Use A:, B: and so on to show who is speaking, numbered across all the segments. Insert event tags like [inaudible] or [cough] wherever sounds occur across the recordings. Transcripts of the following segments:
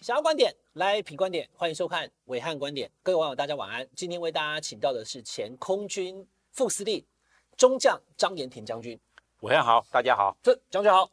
A: 想要观点来品观点，欢迎收看伟汉观点。各位网友，大家晚安。今天为大家请到的是前空军副司令中将张延廷将军。
B: 伟汉好，大家好，
A: 这将军好，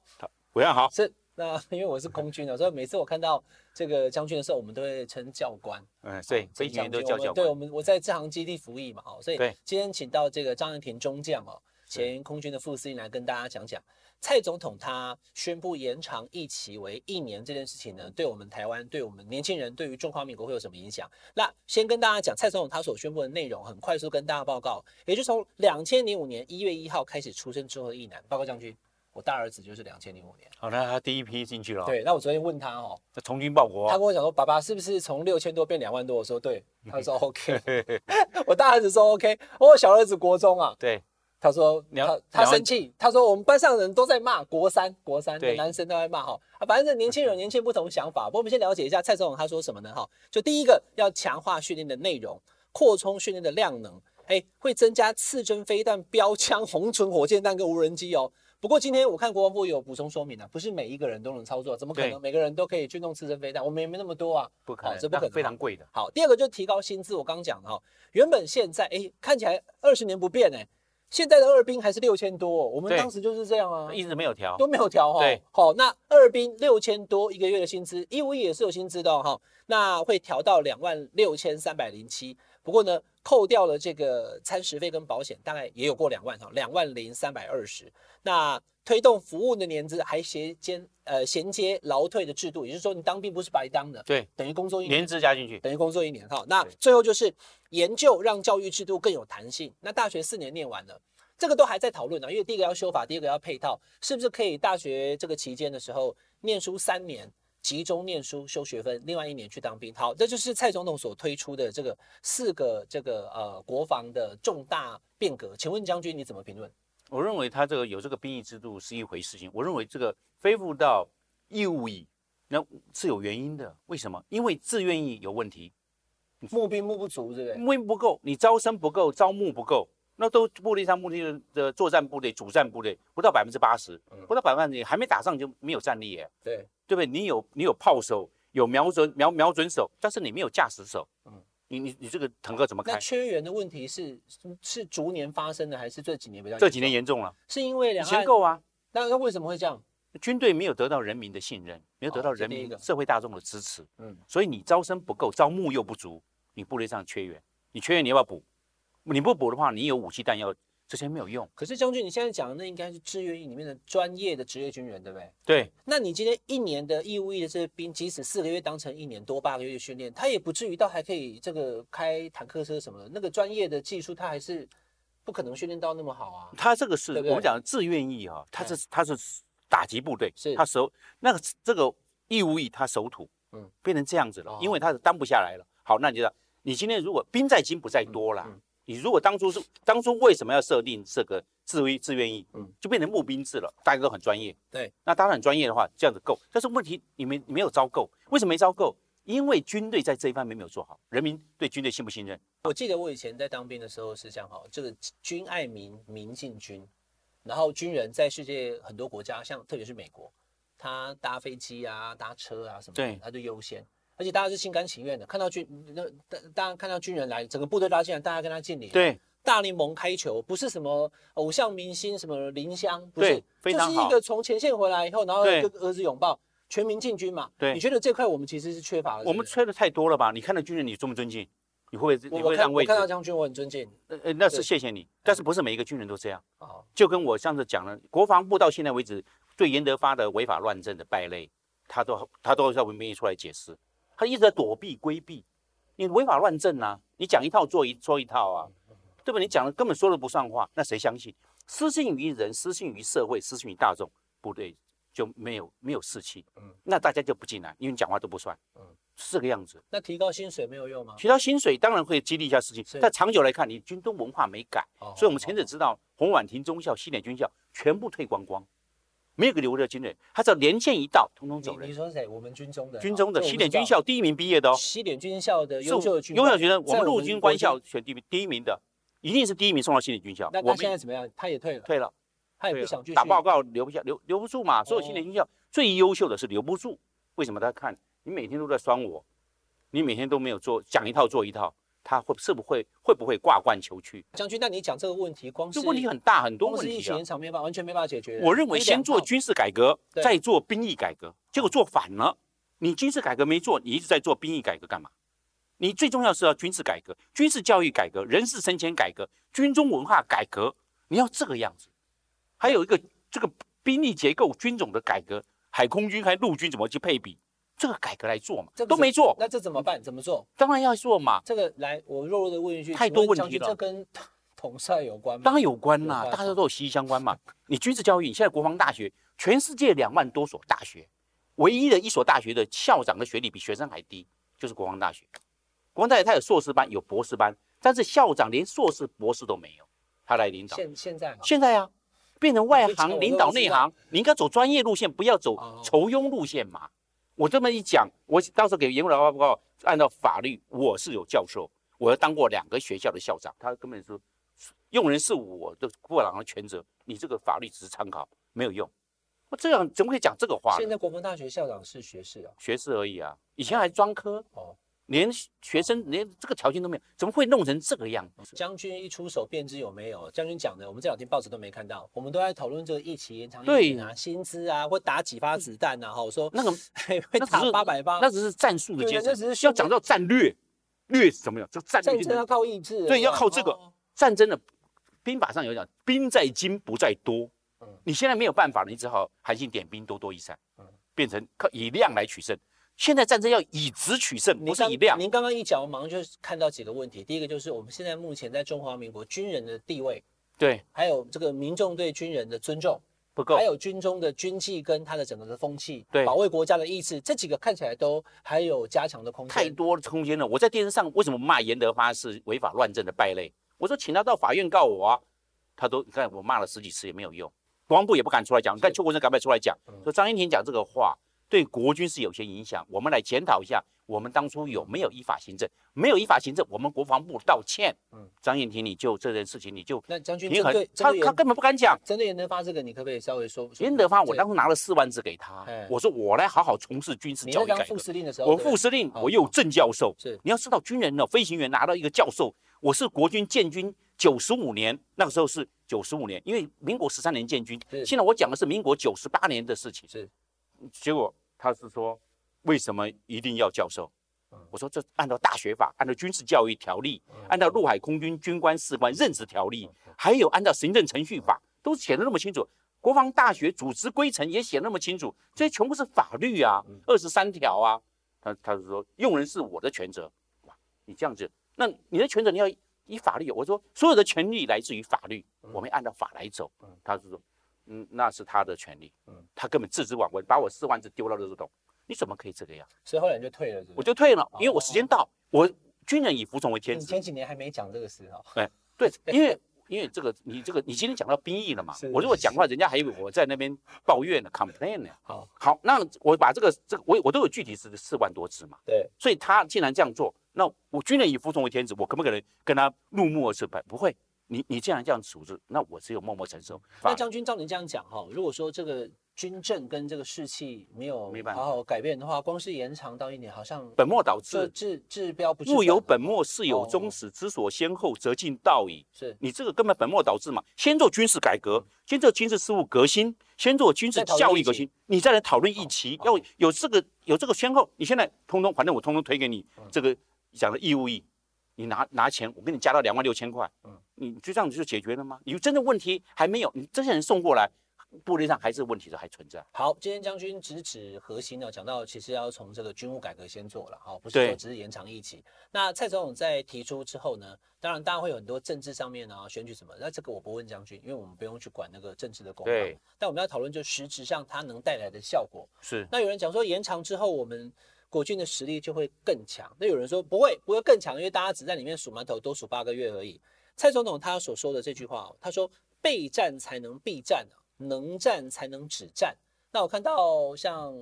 B: 伟汉好，
A: 是那因为我是空军的，所以每次我看到这个将军的时候，我们都会称教官。
B: 嗯，对，飞行员都
A: 称
B: 叫教
A: 我们对我
B: 官，
A: 们，我在这航基地服役嘛，哦，所以
B: 对
A: 今天请到这个张延廷中将哦，前空军的副司令来跟大家讲讲蔡总统他宣布延长役期为一年这件事情呢，对我们台湾、对我们年轻人、对于中华民国会有什么影响？那先跟大家讲蔡总统他所宣布的内容，很快速跟大家报告，也就是从两千零五年一月一号开始出生之后的役男，报告将军，我大儿子就是两千零五年。
B: 好，那他第一批进去了，，
A: 对，那我昨天问他哦，
B: 那从军报国
A: 他跟
B: 哦，
A: 我讲说，爸爸是不是从六千多变两万多？我说对，他说 OK，我大儿子说 OK，我小儿子国中啊，
B: 对
A: 他说
B: 两
A: 他他
B: 两万
A: 生气，他说我们班上人都在骂国三国三的
B: 对
A: 男生都在骂哈，啊，反正年轻
B: [laughs]
A: 人有年轻人不同想法。不过我们先了解一下蔡总统他说什么呢？哈，就第一个要强化训练的内容，扩充训练的量能，哎，会增加刺针飞弹、标枪、红唇火箭弹跟无人机哦。不过今天我看国防部有补充说明啊，不是每一个人都能操作，怎么可
B: 对
A: 能每个人都可以去弄刺针飞弹？我们也没那么多啊，
B: 不
A: 哦
B: 可能，
A: 这不可
B: 那
A: 能，
B: 非常贵的，
A: 好，第二个就提高薪资，我刚讲了哈、原本现在哎看起来二十年不变哎，现在的二兵还是六千多哦、我们
B: 对
A: 当时就是这样啊，
B: 一直没有调
A: 都，没有调哈、
B: 对
A: 好，那二兵六千多一个月的薪资，义务役也是有薪资的哦哈、那会调到两万六千三百零七，不过呢，扣掉了这个餐食费跟保险，大概也有过两万哈，两万零三百二十。那推动服务的年资还衔接呃衔接劳退的制度，也就是说你当兵不是白当的，
B: 对，
A: 等于工作一年。啊
B: 年资加进去，
A: 等于工作一年哈。那
B: 对
A: 最后就是研究让教育制度更有弹性。那大学四年念完了。这个都还在讨论呢、啊因为第一个要修法，第二个要配套，是不是可以大学这个期间的时候念书三年，集中念书修学分，另外一年去当兵？好，这就是蔡总统所推出的这个四个这个呃国防的重大变革。请问将军你怎么评论？
B: 我认为他这个有这个兵役制度是一回事情，我认为这个恢复到义务役，那是有原因的，为什么？因为自愿役有问题，
A: 募兵募不足，对不对？
B: 募兵不够，你招生不够，招募不够，那都部队上部队的的作战部队、主战部队不到百分之八十
A: 嗯，
B: 不到百分之还没打上就没有战力耶。
A: 对，
B: 对不对？你有你有炮手，有瞄准瞄瞄准手，但是你没有驾驶手，
A: 嗯
B: 你你你这个坦克怎么
A: 那
B: 开？
A: 缺员的问题是是是逐年发生的，还是这几年比较严重？
B: 这几年严重了，
A: 是因为
B: 以
A: 两
B: 前
A: 岸
B: 够啊，
A: 那那为什么会这样？
B: 军队没有得到人民的信任，没有得到
A: 哦这
B: 人
A: 第一
B: 民、
A: 个
B: 社会大众的支持，
A: 嗯，
B: 所以你招生不够，招募又不足，你部队上缺员，你缺员你要不要补？你不补的话，你有武器弹药，这些没有用。
A: 可是将军，你现在讲的那应该是志愿役里面的专业的职业军人，对不对？
B: 对，
A: 那你今天一年的义务役的这些兵，即使四个月当成一年多八个月的训练，他也不至于到还可以这个开坦克车什么的，那个专业的技术他还是不可能训练到那么好啊。
B: 他这个是
A: 对不对嗯
B: 我们讲的自愿役啊，他是他是打击部队，
A: 是
B: 他守那个这个义务役他守土，
A: 嗯
B: 嗯，变成这样子了，
A: 哦
B: 因为他是当不下来了。好，那你知道，你今天如果兵在精不在多啦，
A: 嗯嗯
B: 你如果当初是当初为什么要设定这个自愿自愿役，
A: 嗯
B: 就变成募兵制了，大家都很专业，
A: 对，
B: 那大家很专业的话，这样子够，但是问题你没你没有招够，为什么没招够？因为军队在这一方面没有做好，人民对军队信不信任？
A: 我记得我以前在当兵的时候是这样哈，这个军爱民，民进军。然后军人在世界很多国家，像特别是美国，他搭飞机啊、搭车啊什么的，
B: 对
A: 他就优先，而且大家是心甘情愿的。看到军那大大家看到军人来，整个部队拉进来，大家跟他敬礼。，
B: 对，
A: 大联盟开球不是什么偶像明星什么林湘，不是
B: 对，非常
A: 就是一
B: 好
A: 个从前线回来以后，然后
B: 对
A: 跟儿子拥抱，全民进军嘛。
B: 对
A: 你觉得这块我们其实是缺乏的？
B: 我们
A: 是
B: 吹的太多了吧？你看到军人，你尊不尊敬？你会不
A: 不是
B: 会你
A: 我
B: 会
A: 我看
B: 让
A: 我
B: 位置
A: 看？到将军，我很尊敬
B: 呃呃，那
A: 对
B: 是谢谢你，但是不是每一个军人都这样？
A: 啊。好
B: 就跟我上次讲了，国防部到现在为止对严德发的违法乱政的败类，他都他都在文面出来解释，他一直在躲避规避。你违法乱政啊，你讲一套做一做一套啊，对吧？你讲的根本说的不算话，那谁相信？失信于人，失信于社会，失信于大众，部队就没有没有士气，
A: 嗯
B: 那大家就不进来，因为你讲话都不算，
A: 嗯
B: 是这个样子。
A: 那提高薪水没有用吗？
B: 提到薪水当然会激励一下士气
A: 是，
B: 但长久来看，你军东文化没改，
A: 哦
B: 所以我们前者知道红婉亭中校、西点军校全部退光光，没有个留着军人，他只要连线一到，通通走
A: 哦你你
B: 人。
A: 说谁？我们军中的哦
B: 军中的
A: 这我
B: 西
A: 不
B: 点
A: 知道
B: 军校第一名毕业的哦，
A: 西点军校的
B: 是
A: 优秀的军
B: 优
A: 官
B: 秀学生，我
A: 在
B: 们陆军官校
A: 国
B: 选第一名第一名的，一定是第一名送到西点军校
A: 军。那
B: 我
A: 他现在
B: 们
A: 怎么样？他也退了，
B: 退了，
A: 他也
B: 退
A: 不
B: 了
A: 想继续
B: 打报告留不下，留留不住嘛。所有西
A: 哦
B: 点军校最优秀的是留不住，为什么？他看你每天都在酸我，你每天都没有做讲一套做一套，他会是不会会不会挂冠求去？
A: 将军，那你讲这个问题，光是
B: 这问题很大，很多
A: 光
B: 问
A: 是疫
B: 题
A: 情
B: 啊
A: 延。长没办法，完全没办法解决。
B: 我认为
A: 你
B: 先
A: 两
B: 做
A: 套
B: 军事改革，
A: 对
B: 再做兵役改革，结果做反了。你军事改革没做，你一直在做兵役改革干嘛？你最重要是要军事改革、军事教育改革、人事升迁改革、军中文化改革，你要这个样子。还有一个这个兵力结构、军种的改革，海空军还陆军怎么去配比，这个改革来做嘛
A: 这，个
B: 都
A: 是
B: 没做，
A: 那这怎么办？怎么做？
B: 当然要做嘛，
A: 这个来，我弱弱的问一句，
B: 太
A: 请
B: 多
A: 问
B: 问
A: 将
B: 题
A: 军
B: 了
A: 这跟 [laughs] 统帅有关吗？
B: 当然有关啦、
A: 有关
B: 大家都有息息相关嘛。你军事教育，你现在国防大学，全世界两万多所大学，唯一的一所大学的校长的学历比学生还低，就是国防大学。国防大学它有硕士班，有博士班，但是校长连硕士、博士都没有，他来领导。
A: 现现在嘛
B: 现在啊，变成
A: 你
B: 外
A: 可以讲
B: 行
A: 我
B: 领
A: 都
B: 导
A: 知
B: 内
A: 道
B: 行，你应该走专业路线，不要走
A: 哦
B: 仇庸路线嘛。我这么一讲，我到时候给严文老报告，按照法律我是有教授，我要当过两个学校的校长，他根本说用人是我的部长的全责，你这个法律只是参考，没有用。我这样怎么可以讲这个话
A: 现
B: 呢？
A: 在国防大学校长是学士啊，
B: 学士而已啊，以前还专科
A: 哦，
B: 连学生连这个条件都没有，怎么会弄成这个样子？
A: 将军一出手便知有没有。将军讲的，我们这两天报纸都没看到，我们都在讨论这个疫情延长
B: 对
A: 疫情啊、薪资啊，或打几发子弹啊。哈，我说
B: 那个
A: [laughs] 会
B: 那只
A: 打
B: 是
A: 八百发，
B: 那只是战术的
A: 啊对
B: 阶
A: 那只
B: 层，
A: 是
B: 要讲到战略，略是什么样？就战略
A: 战
B: 就
A: 争啊
B: 能
A: 要靠意志，
B: 对
A: 是
B: 要
A: 吧
B: 靠这个
A: 哦
B: 战争的啊兵法上有讲，兵在精不在多
A: 嗯。
B: 你现在没有办法了，你只好韩信点兵多多益善
A: 嗯，
B: 变成靠以量来取胜。现在战争要以质取胜，
A: 您
B: 不是
A: 刚
B: 以量。
A: 您刚刚一讲，我马上就看到几个问题。第一个就是我们现在目前在中华民国军人的地位，
B: 对，
A: 还有这个民众对军人的尊重，
B: 不够
A: 还。有军中的军纪跟他的整个的风气，
B: 对
A: 保卫国家的意志，这几个看起来都还有加强的空间。
B: 太多空间了。我在电视上为什么骂严德发是违法乱政的败类？我说请他到法院告我啊，他都你看我骂了十几次也没有用，国防部也不敢出来讲。你看邱国正敢不敢出来讲？
A: 嗯
B: 说张英廷讲这个话对国军是有些影响，我们来检讨一下，我们当初有没有依法行政？没有依法行政，我们国防部道歉。
A: 嗯
B: 张英廷，你就这件事情你就
A: 那将军
B: 平
A: 针
B: 衡
A: 对，针
B: 他
A: 对
B: 他
A: 严
B: 根本不敢讲。
A: 针对严德发这个，你可不可以稍微说？说
B: 严德发，我
A: 这
B: 当初拿了四万字给他
A: 哎，
B: 我说我来好好从事军事
A: 你
B: 教
A: 在
B: 育改
A: 当
B: 革。
A: 副司令的时候，
B: 我
A: 对不
B: 副
A: 对
B: 司令，
A: 哦
B: 我又正教授。
A: 是
B: 你要知道，军人呢，飞行员拿到一个教授，我是国军建军九十五年，那个时候是九十五年，因为民国十三年建军
A: 是。
B: 现在我讲的是民国九十八年的事情。
A: 是
B: 结果他是说，为什么一定要教授
A: 嗯？
B: 我说这按照大学法，按照军事教育条例，按
A: 哦
B: 照陆海空军军官士官任职条例，还有按照行政程序法，都写的那么清楚。国防大学组织规程也写得那么清楚，这些全部是法律啊，
A: 嗯
B: 二十三条啊。他他就说，用人是我的权责。哇，你这样子，那你的权责你要以法律有。我说，所有的权利来自于法律，我们按照法来走
A: 嗯。
B: 他就说，嗯，那是他的权利。他根本置之罔闻，把我四万字丢到垃圾桶，你怎么可以这个样？
A: 所以后来你就退了，是哦不
B: 我
A: 是？
B: 就退了，因为我时间到，我军人以服从为天
A: 你嗯
B: 职。
A: 前几年还没讲这个事哦，
B: 对，因为因为这个你这个你今天讲到兵役了嘛
A: 是，
B: 我如果讲话，人家还以为我在那边抱怨呢，complain 呢。
A: 好，
B: 好，那我把这个这个我我都有具体是四万多字嘛，
A: 对，
B: 所以他既然这样做，那我军人以服从为天职，我可不可能跟他怒目而视？不不会，你你既然这样处置，那我只有默默承受。
A: 那将军照您这样讲哈，如果说这个军政跟这个士气没有
B: 没办法
A: 好好改变的话，光是延长到一年，好像
B: 本末倒
A: 就
B: 置，
A: 治治标不治
B: 物有
A: 本
B: 本末，事
A: 哦
B: 有终始，知所先后，则近道矣。
A: 是
B: 你这个根本本末倒置嘛！先做军事改革，先做军事事务革新，先做军事教育革新，你再来讨论议题，
A: 好
B: 要有这个有这个先后。你现在通通，反正我通通推给你这个讲的义务役，你拿拿钱，我给你加到两万六千块
A: 嗯，
B: 你就这样子就解决了吗？你真正问题还没有，你这些人送过来，部队上还是问题的还存在。
A: 好，今天将军直指核心呢，讲到其实要从这个军务改革先做了，好，不是
B: 对
A: 说只是延长役期。那蔡总统在提出之后呢，当然大家会有很多政治上面啊选举什么，那这个我不问将军，因为我们不用去管那个政治的公道
B: 对。
A: 但我们要讨论就实质上它能带来的效果。
B: 是
A: 那有人讲说延长之后我们国军的实力就会更强，那有人说不会，不会更强，因为大家只在里面数馒头，多数八个月而已。蔡总统他所说的这句话哦，他说备战才能避战啊，能战才能止战。那我看到像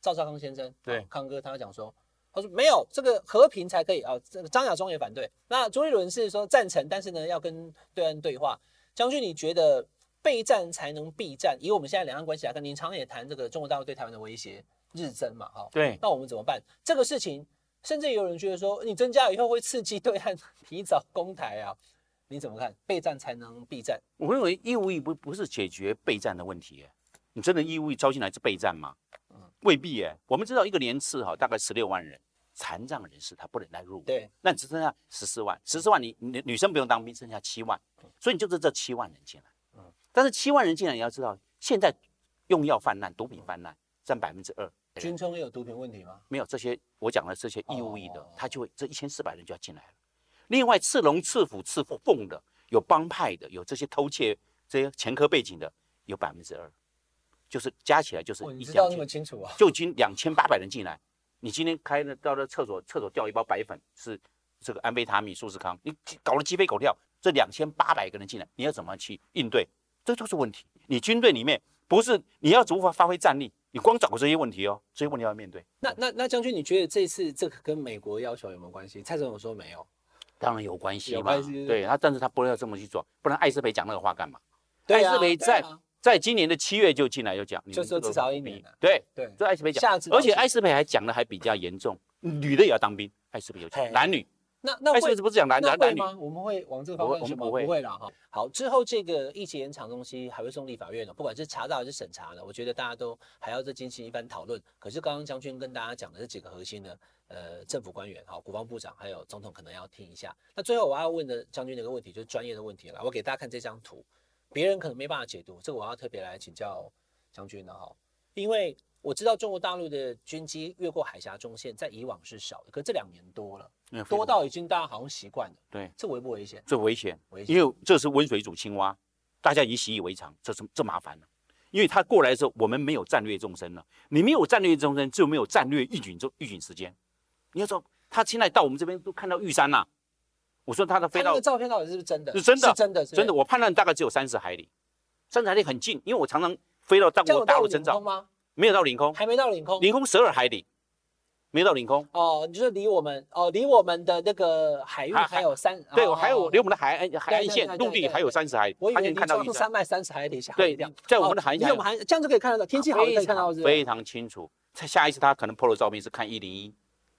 A: 赵少康先生，
B: 对
A: 啊康哥他讲说。他说没有，这个和平才可以啊。这个张亚中也反对，那朱立伦是说赞成，但是呢要跟对岸对话。将军，你觉得备战才能避战？以我们现在两岸关系来看，您常也谈这个中国大陆对台湾的威胁，日增嘛，哈、
B: 对，
A: 那我们怎么办？这个事情，甚至有人觉得说，你增加以后会刺激对岸提早攻台啊，你怎么看？备战才能避战，
B: 我认为义务役不不是解决备战的问题耶，你真的义务役招进来是备战吗？未必耶。我们知道一个年次哈、大概十六万人，残障人士他不能来入伍，
A: 对，
B: 那你只剩下十四万，十四万你女女生不用当兵，剩下七万，所以你就是这七万人进来。但是七万人进来，你要知道，现在用药泛滥，毒品泛滥占百分之二，
A: 军中也有毒品问题吗？
B: 没有这些我讲的这些义务役的
A: 哦，
B: 他就会这一千四百人就要进来了。另外，刺龙、刺虎、刺凤的，有帮派的，有这些偷窃这些前科背景的，有百分之二，就是加起来就是
A: 哦，你
B: 一
A: 知道
B: 两
A: 那么
B: 千，
A: 清楚啊？
B: 就近两千八百人进来。你今天开了到了厕所，厕所掉一包白粉是这个安非他命、舒适康，你搞得鸡飞狗跳。这两千八百个人进来，你要怎么去应对？这都是问题。你军队里面不是你要如何发挥战力，你光找这些问题哦，这些问题要面对。
A: 那那那将军，你觉得这次这个跟美国要求有没有关系？蔡总统说没有，
B: 当然有关系
A: 有
B: 嘛
A: 关系，
B: 对他，但是他不要这么去做，不然艾斯培讲那个话干嘛？
A: 对
B: 艾
A: 啊
B: 斯培
A: 对
B: 在
A: 啊
B: 在今年的七月就进来就讲，你们
A: 就说
B: 这个
A: 至少一
B: 不必
A: 年啊
B: 对，
A: 对，
B: 这艾斯培讲，
A: 下次
B: 而且艾斯培还讲的还比较严重，女的也要当兵，艾斯培有
A: 嘿
B: 讲男女，
A: 那那
B: 艾斯
A: 会
B: 培不是讲男
A: 那
B: 男
A: 会
B: 男女，
A: 吗？我们会往这个方
B: 不会
A: 向去吗？
B: 我们不会
A: 了哈。好，之后这个一级延长东西还会送立法院的，哦不管是查到还是审查的，我觉得大家都还要再进行一番讨论。可是刚刚将军跟大家讲的这几个核心呢，呃，政府官员、好国防部长还有总统可能要听一下。那最后我要问的将军的一个问题就是专业的问题了，我给大家看这张图，别人可能没办法解读，这个我要特别来请教将军了哈，因为。我知道中国大陆的军机越过海峡中线，在以往是少的，可这两年多了，
B: 嗯
A: 多到已经大家好像习惯了。
B: 对，
A: 这危不危险？
B: 这危险
A: 危，险
B: 因为这是温水煮青蛙，大家已习以为常，这是这麻烦了。因为他过来的时候，我们没有战略纵深了。你没有战略纵深，就没有战略预警中预警时间。你要说他现在到我们这边都看到玉山啦、我说他
A: 他
B: 的飞
A: 那
B: 到
A: 个照片到底是不是真的？
B: 是真的
A: 是真的，是不是
B: 真的，。我判断大概只有三十海里，三十海里很近，因为我常常飞到大
A: 这样
B: 国
A: 有
B: 大
A: 到
B: 陆
A: 领
B: 征
A: 空
B: 召，
A: 吗？
B: 没有到领空，
A: 还没到领空。
B: 领空十二海里，没有到领空。
A: 哦，你就是离我们哦，离我们的那个海域
B: 还
A: 还有三。
B: 对，
A: 哦
B: 我还有离我们的海岸海岸
A: 对对
B: 线
A: 对
B: 陆
A: 对
B: 地
A: 对
B: 还有三十海里
A: 我，以
B: 他
A: 为
B: 就
A: 离
B: 看到
A: 中
B: 玉山
A: 山。脉三十海里下
B: 对
A: 一跳。，
B: 在我们的海啊
A: 哦
B: 峡
A: 离我们还这样就可以看得到，天气好就可以看到，是不
B: 非
A: 是？
B: 常清楚。他下一次他可能 PO 的照片是看一零一，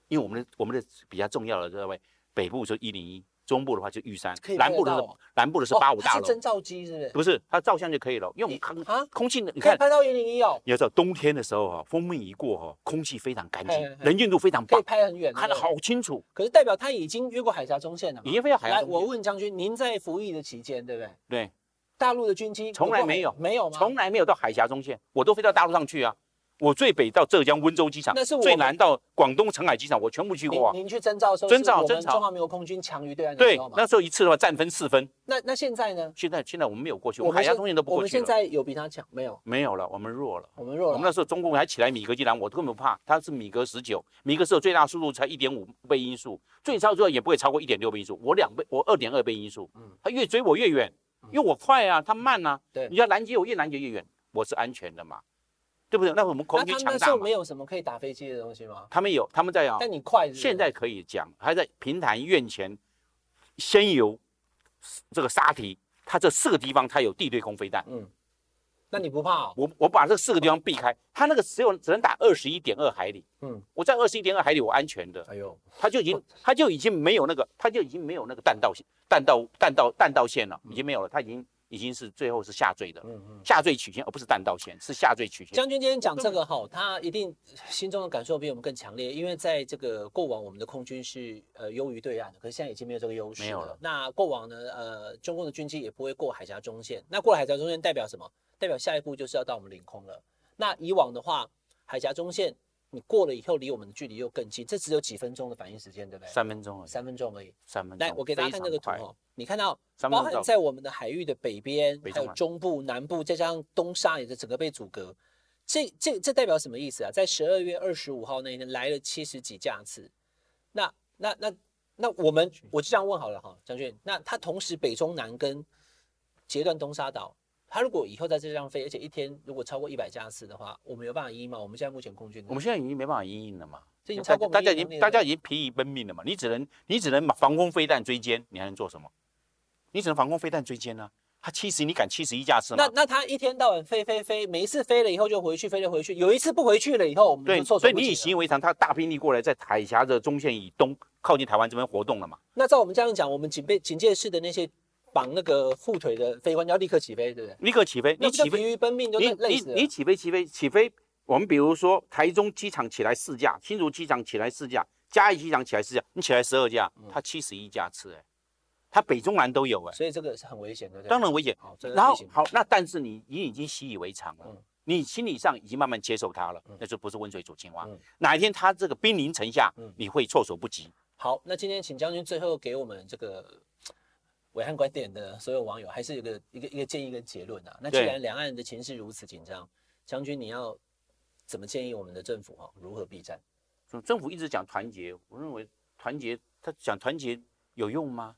B: 因为我们的我们的比较重要的这位北部就一零一，中部的话就玉山
A: 可以，
B: 南部
A: 拍
B: 的是
A: 得到哦
B: 南部的是
A: 哦
B: 八五
A: 它
B: 大
A: 是
B: 楼，
A: 真照机，是不是？
B: 不是它照相就可以了，因为我们
A: 啊
B: 空空气你
A: 可以
B: 看。
A: 拍到一零一哦，
B: 你要知道，冬天的时候哈、封面一过哈、空气非常干净
A: 嘿嘿，嘿
B: 能见度非常
A: 哎可哦
B: 棒
A: 以，拍很远。
B: 看啊得
A: 对不对。
B: 好清楚，
A: 可是代表他已经越过海峡中线了嘛。
B: 已经飞到海
A: 来，
B: 岸。
A: 我问将军，您在服役的期间，对不对？
B: 对，
A: 大陆的军机
B: 从来
A: 过海
B: 没有
A: 没有吗？
B: 从来没有到海峡中线，我都飞到大陆上去啊。我最北到浙江温州机场，
A: 那是我
B: 最
A: 们
B: 南到广东澄海机场，我全部去过啊。
A: 您您去征召的时候，
B: 征召
A: 是我们
B: 征召
A: 中华民国空军强于对岸的
B: 对
A: 时候，嘛？
B: 那时候一次的话战分四分，
A: 那那现在呢？
B: 现在现在我们没有过去，我
A: 我
B: 们
A: 们
B: 海峡
A: 现
B: 中线都不
A: 我
B: 过
A: 们
B: 去
A: 现
B: 了，
A: 在有比他强没有？
B: 没有了，我们弱了。
A: 我们弱
B: 我
A: 了。
B: 们那时候中共还起来米格机兰，我根本不怕，它是米格十九，米格十九最大速度才一点五倍音速，最超最后也不会超过一点六倍音速，我两倍，我二点二倍音速
A: 嗯，
B: 它越追我越远，因为我快啊，它慢啊，
A: 对
B: 你要拦截我越拦截越远，我是安全的嘛，对不对？那我们空
A: 那
B: 军
A: 他们
B: 强
A: 那时
B: 大
A: 候
B: 嘛
A: 没，有什么可以打飞机的东西吗？
B: 他们有，他们在啊，
A: 但你快是不是
B: 现在可以讲，还在平潭、院前、仙游、这个沙堤，它这四个地方它有地对空飞弹。
A: 嗯，那你不怕哦？
B: 我我把这四个地方避开，它那个只有只能打二十一点二海里。
A: 嗯，
B: 我在二十一点二海里我安全的，
A: 哎呦，
B: 它就已经它就已经没有那个它就已经没有那个弹道线弹道弹道弹道线了，已经没有了，它已经已经是最后是下坠的了，
A: 嗯嗯。
B: 下坠曲线而不是弹道线，是下坠曲线。
A: 将军今天讲这个哈，他一定心中的感受比我们更强烈，因为在这个过往我们的空军是呃优于对岸的，可是现在已经没有这个优势
B: 没有了
A: 那过往呢，呃，中共的军机也不会过海峡中线，那过了海峡中线代表什么？代表下一步就是要到我们领空了。那以往的话，海峡中线你过了以后，离我们的距离又更近，这只有几分钟的反应时间，对不对？
B: 三分钟而已，
A: 三分钟而已。
B: 三分钟。
A: 来，我给大家看这个图
B: 非常快
A: 哦，你看到
B: 三分
A: 包
B: 钟
A: 含
B: 到。
A: 在我们的海域的北边，
B: 北
A: 还
B: 中
A: 有
B: 南
A: 中部、南部，再加上东沙也是整个被阻隔。这这这代表什么意思啊？在十二月二十五号那一天来了七十几架次，那那那那我们我就这样问好了哈，将军，那他同时北中南跟截断东沙岛，他如果以后在这上飞，而且一天如果超过一百架次的话，我们有办法依吗？我们现在目前空军的，
B: 我们现在已经没办法因应了嘛，
A: 这已经
B: 大
A: 超
B: 家
A: 过
B: 大家已
A: 民意能
B: 经
A: 力
B: 大
A: 了
B: 家已经疲于奔命了嘛，你只能你只能把防空飞弹追歼，你还能做什么？你只能防空飞弹追歼呢、啊他七十，你敢七十一架次吗
A: 那？那他一天到晚飞飞飞，每一次飞了以后就回去，飞了回去，有一次不回去了以后，我们
B: 对，
A: 就措
B: 所
A: 手
B: 以
A: 不
B: 你
A: 及
B: 以
A: 了。啊
B: 行为常，他大兵力过来，在海峡的中线以东靠近台湾这边活动了嘛？
A: 那照我们这样讲，我们警备警戒室的那些绑那个护腿的飞官要立刻起飞，对不对？
B: 立刻起飞，
A: 那不
B: 你
A: 就
B: 起
A: 疲
B: 飞，
A: 于奔命，就
B: 你
A: 累累死
B: 你
A: 了。
B: 你起飞起飞起飞。我们比如说台中机场起来四架，新竹机场起来四架，嘉义机场起来四架，你起来十二架，它七十一架次哎、它北中南都有哎、
A: 所以这嗯个是很危险的，对不对
B: 当然危险。
A: 好，真的
B: 然
A: 是
B: 后
A: 危险。
B: 好，那但是你你已经习以为常了，
A: 嗯
B: 你心理上已经慢慢接受它了，
A: 嗯
B: 那就不是温水煮青蛙。
A: 嗯
B: 哪一天它这个兵临城下，
A: 嗯
B: 你会措手不及。
A: 好，那今天请将军最后给我们这个伟汉观点的所有网友，还是有个一个一个建议跟结论啊。那既
B: 对
A: 然两岸的情势如此紧张，将军你要怎么建议我们的政府啊？如何避战？
B: 政政府一直讲团结，我认为团结，他讲团结有用吗？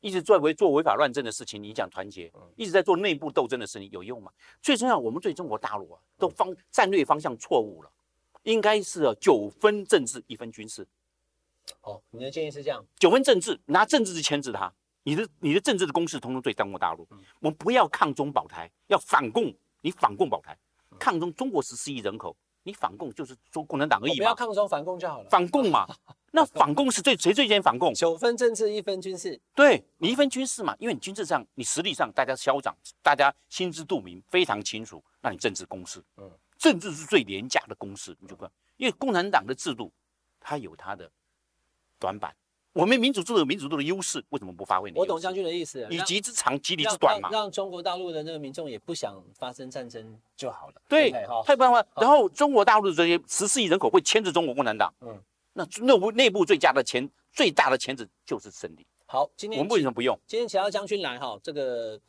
B: 一直在为做违法乱政的事情，你讲团结
A: 嗯，
B: 一直在做内部斗争的事情有用吗？最重要，我们对中国大陆啊，
A: 嗯
B: 都方战略方向错误了，应该是啊九分政治一分军事，
A: 哦，你的建议是这样，
B: 九分政治拿政治去牵制它，你的你的政治的攻势通通对中国大
A: 嗯
B: 陆，我们不要抗中保台，要反共，你反共保台，
A: 嗯
B: 抗中中国十四亿人口，你反共就是中共产党而
A: 我
B: 已
A: 不要
B: 嘛，
A: 抗中反共就好了。
B: 反共嘛，那反共是最谁最先反共？
A: 九分政治，一分军事。
B: 对你一分军事嘛，因为你军事上、你实力上，大家消长，大家心知肚明，非常清楚。那你政治攻势，
A: 嗯
B: 嗯，政治是最廉价的攻势，你就不要，因为共产党的制度，它有它的短板。我们民主制度有民主制度的优势，为什么不发挥你的
A: 我
B: 优势？
A: 懂将军的意思，
B: 以
A: 让
B: 及之长，及你
A: 让
B: 之短嘛。
A: 让让中国大陆的那个民众也不想发生战争就好了。
B: 对
A: 不哈，，
B: 太办法。然后中国大陆的这些十四亿人口会牵制中国共产党，
A: 嗯
B: 嗯，那内部内部最佳的前最大的钳子就是胜利。
A: 好，今
B: 我
A: 天
B: 们为什么不用？
A: 今天请到将军来哈，这个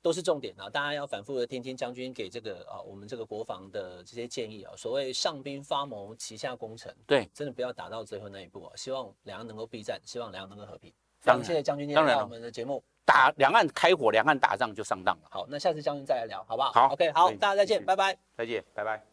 A: 都是重点啊，大家要反复的听听将军给这个啊我们这个国防的这些建议啊。所谓上兵发谋，旗下攻城，
B: 对，
A: 真的不要打到最后那一步啊。希望两岸能够避战，希望两岸能够和平。非
B: 当
A: 常
B: 然
A: 谢谢将军今
B: 当
A: 天
B: 然
A: 来
B: 了
A: 我们的节目。
B: 打两岸开火，两岸打仗就上当了。
A: 好，那下次将军再来聊，好不好？
B: 好
A: ，OK，好，
B: 可以
A: 大家再
B: 谢
A: 见，
B: 谢
A: 拜拜。
B: 再见，拜拜。